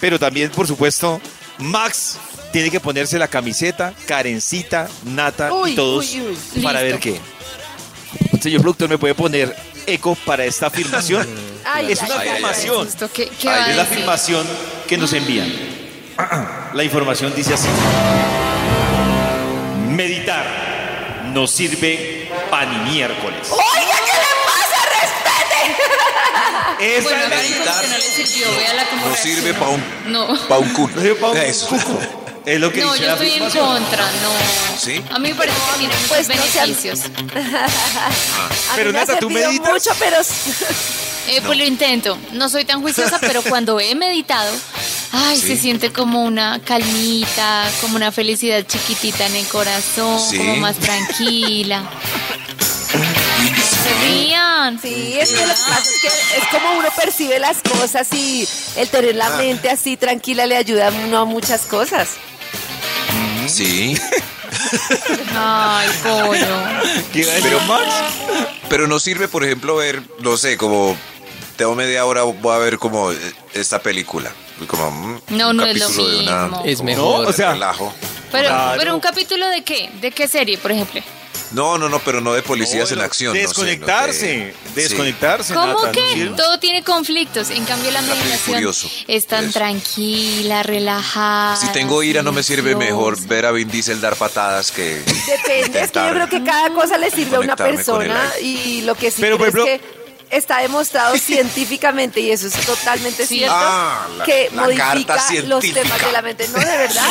Speaker 4: Pero también, por supuesto, Max tiene que ponerse la camiseta, Karencita, Nata
Speaker 2: Uy,
Speaker 4: y todos
Speaker 2: uy, uy.
Speaker 4: para ver qué.
Speaker 5: Listo.
Speaker 4: Señor productor, ¿me puede poner eco para esta afirmación?
Speaker 2: Ay,
Speaker 4: es una
Speaker 2: ay, ay,
Speaker 4: afirmación.
Speaker 5: Esto, ¿qué, qué va a
Speaker 4: Ahí es la
Speaker 5: decir?
Speaker 4: afirmación que nos envían. La información dice así. Meditar no sirve pan ni miércoles.
Speaker 5: Oh,
Speaker 2: ¡Oiga, ¿qué le pasa? ¡Respete!
Speaker 4: Esa
Speaker 5: Bueno,
Speaker 4: es la-
Speaker 5: hágale como que no le sirvió, véala como
Speaker 6: No sirve para un,
Speaker 5: No.
Speaker 6: pa' un culo.
Speaker 4: No sirve pa' un
Speaker 6: Eso.
Speaker 4: cuco. Es lo que
Speaker 5: No,
Speaker 4: dice
Speaker 5: yo
Speaker 4: la
Speaker 5: estoy en
Speaker 4: afirmación.
Speaker 5: contra, no.
Speaker 6: ¿Sí?
Speaker 5: A mí me parece que tiene muchos
Speaker 2: Pues no sean-
Speaker 5: beneficios.
Speaker 2: A
Speaker 4: Pero,
Speaker 2: mí me ha
Speaker 4: Nata, ¿tú
Speaker 2: servido
Speaker 4: meditas?
Speaker 2: mucho, pero...
Speaker 5: Eh, Pues lo intento. No soy tan juiciosa, pero cuando he meditado, ay, se siente como una calmita, como una felicidad chiquitita en el corazón,
Speaker 6: Sí.
Speaker 5: como más tranquila. Se rían.
Speaker 2: Sí, es que lo que pasa es que es como uno percibe las cosas y el tener la
Speaker 6: Ah.
Speaker 2: mente así tranquila le ayuda a uno a muchas cosas.
Speaker 6: Sí.
Speaker 5: Ay, pollo.
Speaker 4: ¿Qué iba a decir Max?
Speaker 5: Ah.
Speaker 6: Pero no sirve, por ejemplo, ver, no sé, como tengo media hora, voy a ver como eh, esta película. Como, mm,
Speaker 5: No,
Speaker 6: un
Speaker 5: no es lo
Speaker 6: capítulo de una-
Speaker 5: mismo.
Speaker 7: Es
Speaker 6: como
Speaker 7: mejor.
Speaker 6: de
Speaker 4: O sea-
Speaker 6: relajo.
Speaker 5: Pero,
Speaker 4: Claro.
Speaker 5: pero un capítulo de qué? ¿De qué serie, por ejemplo?
Speaker 6: No, no, no, pero no de policías en pues acción. no sé, no de-
Speaker 4: Desconectarse.
Speaker 6: Sí.
Speaker 4: Desconectarse.
Speaker 5: ¿Cómo
Speaker 4: Nata, ¿no
Speaker 5: que?
Speaker 4: sirve?
Speaker 5: Todo tiene conflictos. En cambio, la
Speaker 6: Rápido y
Speaker 5: meditación
Speaker 6: furioso.
Speaker 5: es tan
Speaker 6: Eso.
Speaker 5: tranquila, relajada.
Speaker 6: Si tengo ira, no me sirve
Speaker 5: silenciosa.
Speaker 6: mejor ver a Vin Diesel dar patadas que.
Speaker 2: Depende, es que yo
Speaker 6: intentar-
Speaker 2: creo que cada cosa le sirve a una
Speaker 6: conectarme con el
Speaker 2: persona
Speaker 6: aire.
Speaker 2: y lo que sí
Speaker 4: Pero, por
Speaker 2: creo es
Speaker 4: ejemplo-
Speaker 2: que está demostrado científicamente y eso es totalmente
Speaker 5: Sí.
Speaker 2: cierto
Speaker 6: Ah, la-
Speaker 2: que
Speaker 6: la
Speaker 2: modifica
Speaker 6: carta
Speaker 2: los
Speaker 6: científica.
Speaker 2: temas de la mente. No, de verdad.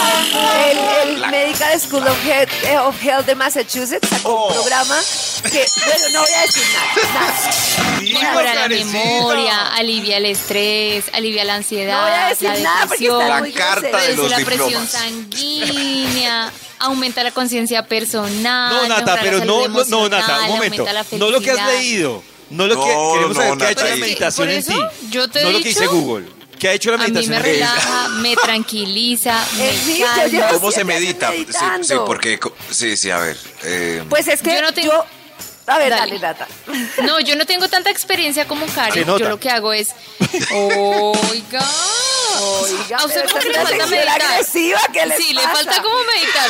Speaker 2: El, el Medical School of Health, eh, of Health de Massachusetts sacó un
Speaker 6: Oh.
Speaker 2: programa que, bueno, no voy a decir nada, nada.
Speaker 5: Mejora la
Speaker 4: Karencita.
Speaker 5: memoria, alivia el estrés, alivia la ansiedad.
Speaker 2: No voy a decir
Speaker 5: la
Speaker 2: nada porque
Speaker 5: depresión,
Speaker 2: está
Speaker 6: La
Speaker 2: muy
Speaker 6: carta
Speaker 2: grosero.
Speaker 6: de
Speaker 5: reduce
Speaker 6: los
Speaker 5: la presión
Speaker 6: diplomas.
Speaker 5: sanguínea, aumenta la conciencia personal.
Speaker 4: No, Nata,
Speaker 5: mejora Ah, la
Speaker 4: pero
Speaker 5: salud
Speaker 4: no, no, no, Nata,
Speaker 5: emocional,
Speaker 4: un momento.
Speaker 5: aumenta la
Speaker 4: No lo que has
Speaker 5: felicidad.
Speaker 4: leído. No lo que
Speaker 6: No,
Speaker 4: queremos
Speaker 6: no,
Speaker 4: saber qué ha hecho
Speaker 6: Nata,
Speaker 4: la
Speaker 6: es que
Speaker 4: meditación
Speaker 5: por
Speaker 4: en
Speaker 5: eso
Speaker 4: ti.
Speaker 5: yo te he
Speaker 4: no lo que dice
Speaker 5: dicho,
Speaker 4: Google. ¿Qué ha hecho la
Speaker 5: A mí
Speaker 4: meditación
Speaker 5: me
Speaker 4: en ti?
Speaker 5: relaja, me tranquiliza,
Speaker 2: Eh, sí,
Speaker 5: me
Speaker 2: yo
Speaker 5: calma.
Speaker 2: llevo-
Speaker 6: ¿Cómo
Speaker 2: Sí,
Speaker 6: se
Speaker 2: ya estoy
Speaker 6: medita? Sí,
Speaker 2: meditando.
Speaker 6: sí, porque. co- Sí, sí, a ver. eh,
Speaker 2: Pues es que yo,
Speaker 5: Yo no te-
Speaker 2: A ver, dale,
Speaker 5: Dale.
Speaker 2: Nata.
Speaker 5: No, yo no tengo tanta experiencia como
Speaker 4: Se
Speaker 5: Karen.
Speaker 4: nota.
Speaker 5: Yo lo que hago es, oiga.
Speaker 2: Oiga,
Speaker 5: ¿A usted
Speaker 2: pero
Speaker 5: por qué
Speaker 2: esta
Speaker 5: le falta
Speaker 2: sección
Speaker 5: meditar?
Speaker 2: agresiva, ¿qué les
Speaker 5: sí,
Speaker 2: pasa?
Speaker 5: le falta como meditar,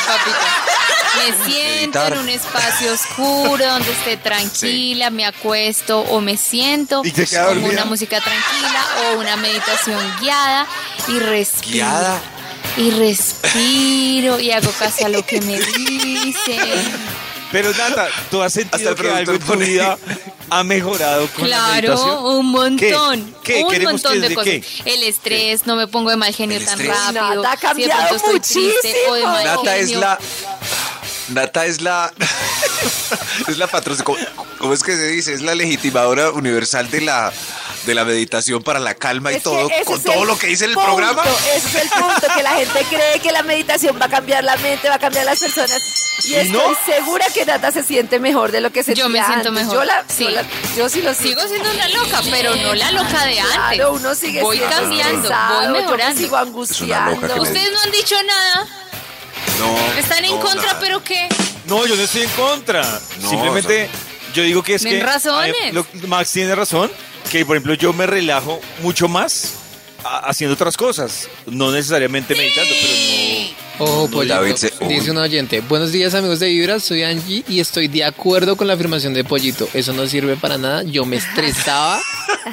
Speaker 5: papita. Me siento
Speaker 6: Meditar.
Speaker 5: en un espacio oscuro donde esté tranquila, me acuesto o me siento
Speaker 4: Y te queda
Speaker 5: como
Speaker 4: dormida.
Speaker 5: una música tranquila o una meditación guiada y respiro.
Speaker 6: ¿Guiada?
Speaker 5: Y respiro y hago caso a lo que me dicen.
Speaker 4: Pero Nata, ¿tú has
Speaker 6: Hasta
Speaker 4: sentido
Speaker 6: el
Speaker 4: que algo en tu
Speaker 6: productor pone-
Speaker 4: vida ha mejorado con la meditación?
Speaker 5: Claro, un montón.
Speaker 4: ¿Qué? ¿Qué?
Speaker 5: Un
Speaker 4: Queremos
Speaker 5: montón
Speaker 4: que
Speaker 5: de
Speaker 4: desde
Speaker 5: cosas. El estrés, no me pongo de mal genio
Speaker 6: El
Speaker 5: tan
Speaker 6: estrés.
Speaker 5: rápido.
Speaker 2: Nata, ha
Speaker 5: si de
Speaker 2: cambiado
Speaker 5: pronto estoy triste o de
Speaker 2: muchísimo.
Speaker 5: mal
Speaker 6: Nata es
Speaker 5: genio.
Speaker 6: la. Nata es la. es la patrocina. ¿Cómo, cómo es que se dice? Es la legitimadora universal de la, de la meditación para la calma y
Speaker 2: Es que
Speaker 6: todo.
Speaker 2: ese
Speaker 6: Con
Speaker 2: es
Speaker 6: todo lo que dice en el
Speaker 2: punto,
Speaker 6: programa.
Speaker 2: Ese es el punto, que la gente cree que la meditación va a cambiar la mente, va a cambiar las personas. Y estoy
Speaker 4: no?
Speaker 2: segura que Nata se siente mejor de lo que se
Speaker 5: Yo me siento mejor,
Speaker 2: Yo, la,
Speaker 5: sí.
Speaker 2: yo, la- yo sí lo siento.
Speaker 5: Sigo siendo una loca, pero no la loca de antes.
Speaker 2: Claro, uno sigue
Speaker 5: Voy
Speaker 2: siendo
Speaker 5: cambiando,
Speaker 2: estresado,
Speaker 5: voy
Speaker 2: yo me
Speaker 5: mejorando.
Speaker 2: sigo
Speaker 6: Es una loca que
Speaker 2: angustiando.
Speaker 6: me-
Speaker 5: Ustedes no han dicho nada,
Speaker 6: No.
Speaker 5: están en
Speaker 6: no,
Speaker 5: contra,
Speaker 6: nada.
Speaker 5: pero ¿qué?
Speaker 4: No, yo no estoy en contra.
Speaker 6: No,
Speaker 4: Simplemente yo digo que es
Speaker 5: Tienen
Speaker 4: que
Speaker 5: razones.
Speaker 4: eh, lo- Max tiene razón, que por ejemplo yo me relajo mucho más a- haciendo otras cosas, no necesariamente meditando, pero no.
Speaker 7: Ojo, pollito.
Speaker 6: David se- Uy.
Speaker 7: pues Dice un oyente. Buenos días, amigos de Vibra. Soy Angie y estoy de acuerdo con la afirmación de Pollito. Eso no sirve para nada. Yo me estresaba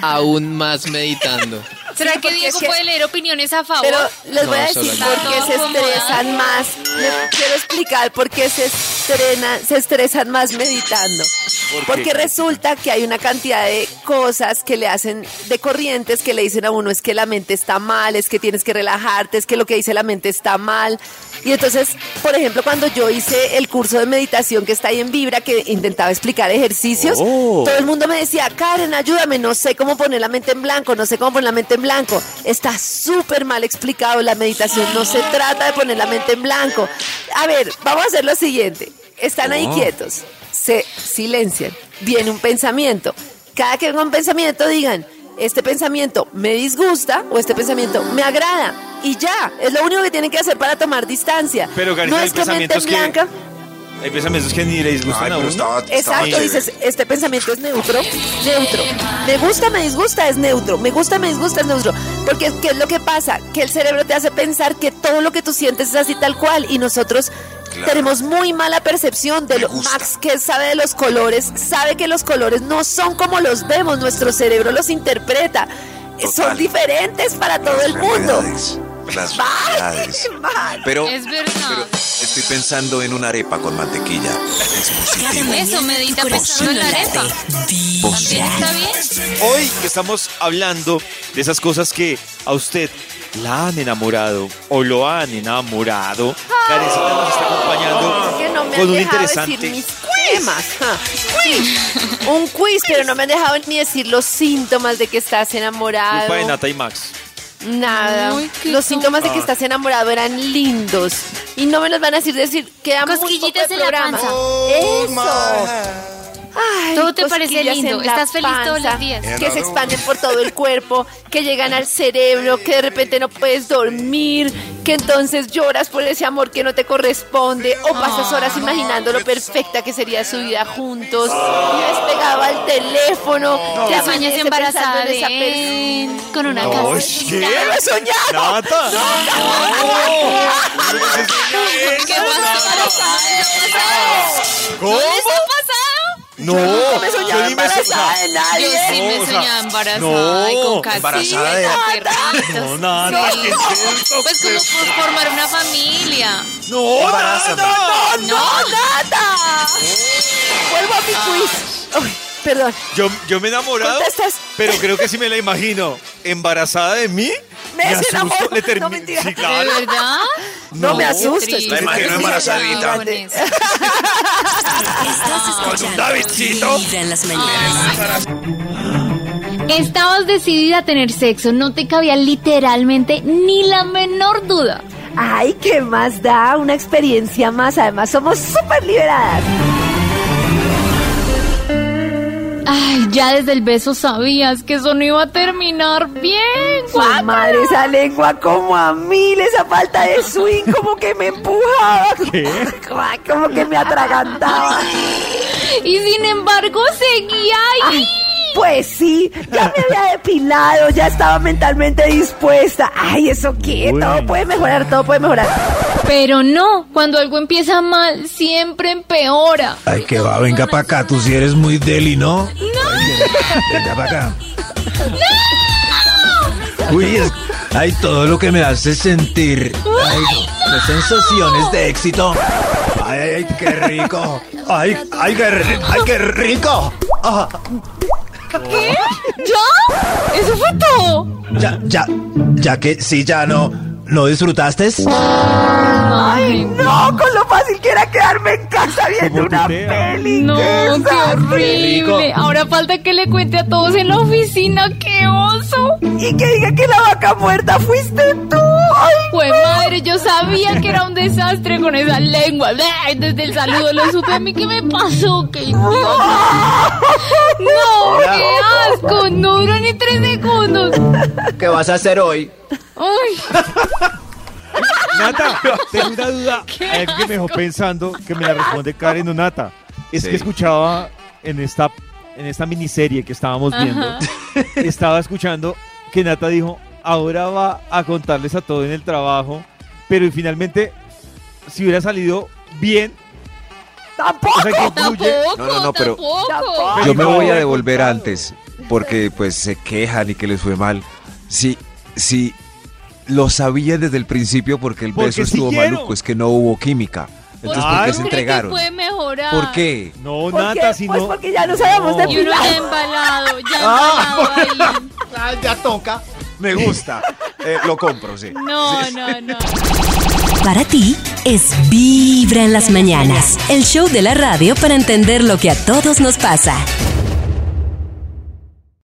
Speaker 7: aún más meditando.
Speaker 5: ¿Será que
Speaker 2: porque
Speaker 5: Diego
Speaker 2: es que-
Speaker 5: puede leer opiniones a favor?
Speaker 2: Pero les voy a
Speaker 7: No,
Speaker 2: decir
Speaker 7: solo
Speaker 5: yo.
Speaker 2: por qué se
Speaker 5: Todo
Speaker 2: estresan más. Les quiero explicar por qué se, estrenan, se estresan más meditando.
Speaker 4: ¿Por qué?
Speaker 2: Porque resulta que hay una cantidad de cosas que le hacen, de corrientes que le dicen a uno es que la mente está mal, es que tienes que relajarte, es que lo que dice la mente está mal. Y entonces, por ejemplo, cuando yo hice el curso de meditación que está ahí en Vibra, que intentaba explicar ejercicios,
Speaker 4: Oh.
Speaker 2: todo el mundo me decía, Karen, ayúdame, no sé cómo poner la mente en blanco, no sé cómo poner la mente en blanco. Está súper mal explicado, la meditación no se trata de poner la mente en blanco. A ver, vamos a hacer lo siguiente. Están
Speaker 4: Oh.
Speaker 2: ahí quietos, se silencian, viene un pensamiento. Cada que venga un pensamiento digan, este pensamiento me disgusta o este pensamiento me agrada. y ya. Es lo único que tienen que hacer para tomar distancia.
Speaker 4: Pero, García,
Speaker 2: no
Speaker 4: hay
Speaker 2: es que mente
Speaker 4: pensamientos que-
Speaker 2: blanca.
Speaker 4: Hay pensamientos que ni les gustan
Speaker 6: Ay,
Speaker 4: a
Speaker 6: pero
Speaker 4: uno.
Speaker 6: estaba- estaba
Speaker 2: Exacto,
Speaker 6: chévere.
Speaker 2: dices, este pensamiento es neutro, neutro. Me gusta, me disgusta, es neutro. Me gusta, me disgusta, es neutro. Porque, ¿qué es lo que pasa? Que el cerebro te hace pensar que todo lo que tú sientes es así tal cual. Y nosotros
Speaker 6: Claro.
Speaker 2: tenemos muy mala percepción de
Speaker 6: Me
Speaker 2: lo.
Speaker 6: gusta.
Speaker 2: Max, que sabe de los colores, sabe que los colores no son como los vemos. Nuestro cerebro los interpreta.
Speaker 6: Total.
Speaker 2: Son diferentes para todo el mundo.
Speaker 6: Realidades, Las
Speaker 2: Ay,
Speaker 6: realidades.
Speaker 2: man.
Speaker 6: Pero,
Speaker 5: Es verdad.
Speaker 6: pero estoy pensando en una arepa con mantequilla. Es
Speaker 3: Cada
Speaker 6: positivo.
Speaker 3: mañana
Speaker 5: Eso, medita
Speaker 3: tu
Speaker 5: pensando en la
Speaker 3: corazón
Speaker 5: arepa.
Speaker 3: late.
Speaker 5: ¿También
Speaker 3: Vibra.
Speaker 5: está bien?
Speaker 4: Hoy estamos hablando de esas cosas que a usted la han enamorado o lo han enamorado. Karencita nos está acompañando
Speaker 2: Es que no me
Speaker 4: con
Speaker 2: han
Speaker 4: un
Speaker 2: dejado decir
Speaker 4: interesante.
Speaker 2: mis temas. Ja. Un quiz, pero no me han dejado ni decir los síntomas de que estás enamorado.
Speaker 4: Culpa de Nata y Max.
Speaker 2: Nada.
Speaker 5: Ay, qué
Speaker 2: los síntomas de que estás enamorado eran lindos. Y no me los van a decir decir que eran
Speaker 5: Cosquillitas en la panza. Oh,
Speaker 2: Eso. Ay,
Speaker 5: Todo te parece
Speaker 2: cosquillas
Speaker 5: lindo,
Speaker 2: en la
Speaker 5: estás feliz todos los
Speaker 2: panza,
Speaker 5: días.
Speaker 2: Que se expanden por todo el cuerpo, que llegan al cerebro, que de repente no puedes dormir, que entonces lloras por ese amor que no te corresponde o pasas horas
Speaker 5: Ah.
Speaker 2: imaginando lo perfecta que sería su vida juntos.
Speaker 5: Ah.
Speaker 2: Y pegado al teléfono, te
Speaker 5: Te sueñas
Speaker 2: amaneces pensando
Speaker 5: embarazada
Speaker 2: en
Speaker 5: de
Speaker 2: esa persona.
Speaker 5: él, con una
Speaker 4: No,
Speaker 5: casa.
Speaker 4: ¿qué?
Speaker 5: soñada.
Speaker 2: ¡Lo he soñado!
Speaker 4: ¡Nata!
Speaker 5: ¿Qué pasó? ¿Cómo? ¿No les ha pasado?
Speaker 4: ¡No!
Speaker 2: No me soñaba
Speaker 4: Yo ni me
Speaker 2: embarazada de nadie.
Speaker 5: Yo sí me
Speaker 4: o sea,
Speaker 5: soñaba embarazada
Speaker 4: no,
Speaker 5: y con casita
Speaker 6: embarazada
Speaker 5: y
Speaker 6: de-
Speaker 5: con perritos.
Speaker 4: No, nada,
Speaker 5: Sí.
Speaker 4: ¿qué es esto?
Speaker 5: Pues como por formar una familia.
Speaker 4: ¡No,
Speaker 6: Embarázame.
Speaker 4: Nata!
Speaker 5: No,
Speaker 2: ¡No, nada! Vuelvo a mi quiz. Ay, perdón.
Speaker 4: Yo, yo me he enamorado,
Speaker 2: Contestas.
Speaker 4: pero creo que si me la imagino embarazada de mí,
Speaker 2: Me
Speaker 4: asusto,
Speaker 2: desenamoro.
Speaker 4: le
Speaker 2: No,
Speaker 4: termino.
Speaker 2: mentira.
Speaker 4: Sí,
Speaker 5: ¿de
Speaker 4: claro.
Speaker 5: verdad?
Speaker 2: No, me asustes.
Speaker 5: Triste.
Speaker 6: La imagino embarazadita.
Speaker 5: Con eso.
Speaker 3: Estás escuchando.
Speaker 4: Davidcito.
Speaker 3: Vibra en las mañanas.
Speaker 5: Estabas decidida a tener sexo, no te cabía literalmente ni la menor duda.
Speaker 2: Ay, ¿qué más da? Una experiencia más. Además, somos súper liberadas.
Speaker 5: Ay, ya desde el beso sabías que eso no iba a terminar bien.
Speaker 2: Su madre, esa lengua como a mil, esa falta de swing, como que me empujaba. Como que me atragantaba.
Speaker 5: Y sin embargo seguía ahí.
Speaker 2: Ay, pues sí, ya me había depilado, ya estaba mentalmente dispuesta. Ay, eso qué, todo puede mejorar, todo puede mejorar.
Speaker 5: Pero no, cuando algo empieza mal, siempre empeora.
Speaker 9: Ay, que va, venga para acá, tú si eres muy deli, ¿no? Oye, venga para acá. Uy, es- ay, todo lo que me hace sentir. Ay, las sensaciones de éxito. Ay, ay, ay, qué rico. Ay, ay, qué, ri- ay, qué rico. Ah,
Speaker 5: ¿Ya? ¿Eso fue todo?
Speaker 9: ya, ya, ya que sí, ya no. ¿No disfrutaste?
Speaker 5: Ay,
Speaker 2: No, con lo fácil que era quedarme en casa viendo una peli.
Speaker 5: no, qué horrible.
Speaker 9: rico.
Speaker 5: Ahora falta que le cuente a todos en la oficina, qué oso.
Speaker 2: Y que diga que la vaca muerta fuiste tú. Ay,
Speaker 5: Pues madre, yo sabía que era un desastre con esa lengua. Ay, Desde el saludo lo supe a mí que me pasó, qué idiota. No, qué asco, no duró ni tres segundos.
Speaker 9: ¿Qué vas a hacer hoy?
Speaker 5: Uy,
Speaker 4: Nata, tengo una duda. Hay algo que me dejó pensando, que me la responde Karen o Nata. Es
Speaker 6: Sí.
Speaker 4: que escuchaba en esta, en esta miniserie que estábamos viendo,
Speaker 5: Ajá.
Speaker 4: estaba escuchando que Nata dijo, ahora va a contarles a todo en el trabajo, pero y finalmente, si hubiera salido bien, o
Speaker 2: tampoco.
Speaker 4: sea, que incluye-
Speaker 5: tampoco,
Speaker 6: No, no, no, pero-
Speaker 5: tampoco.
Speaker 4: Pero
Speaker 6: Yo me
Speaker 4: no,
Speaker 6: voy a
Speaker 4: no,
Speaker 6: devolver antes, porque pues se quejan y que les fue mal. Sí, sí, lo sabía desde el principio porque el
Speaker 4: Porque
Speaker 6: beso estuvo
Speaker 4: siguieron.
Speaker 6: maluco, es que no hubo química. Entonces, ¿por
Speaker 4: Claro.
Speaker 6: qué
Speaker 5: Porque
Speaker 6: se
Speaker 4: cree
Speaker 6: entregaron?
Speaker 5: puede mejorar.
Speaker 6: ¿Por qué?
Speaker 4: No,
Speaker 2: ¿Por
Speaker 4: Nata,
Speaker 2: qué?
Speaker 4: si
Speaker 2: Pues
Speaker 4: no...
Speaker 2: porque ya nos habíamos
Speaker 4: No.
Speaker 5: Y uno
Speaker 2: depilado.
Speaker 5: ya embalado, ya
Speaker 6: Ah,
Speaker 5: embalado ahí.
Speaker 6: Ah, ya toca. Me gusta. Eh, lo compro, sí.
Speaker 5: No, no, no.
Speaker 3: Para ti es Vibra en las mañanas. El show de la radio para entender lo que a todos nos pasa.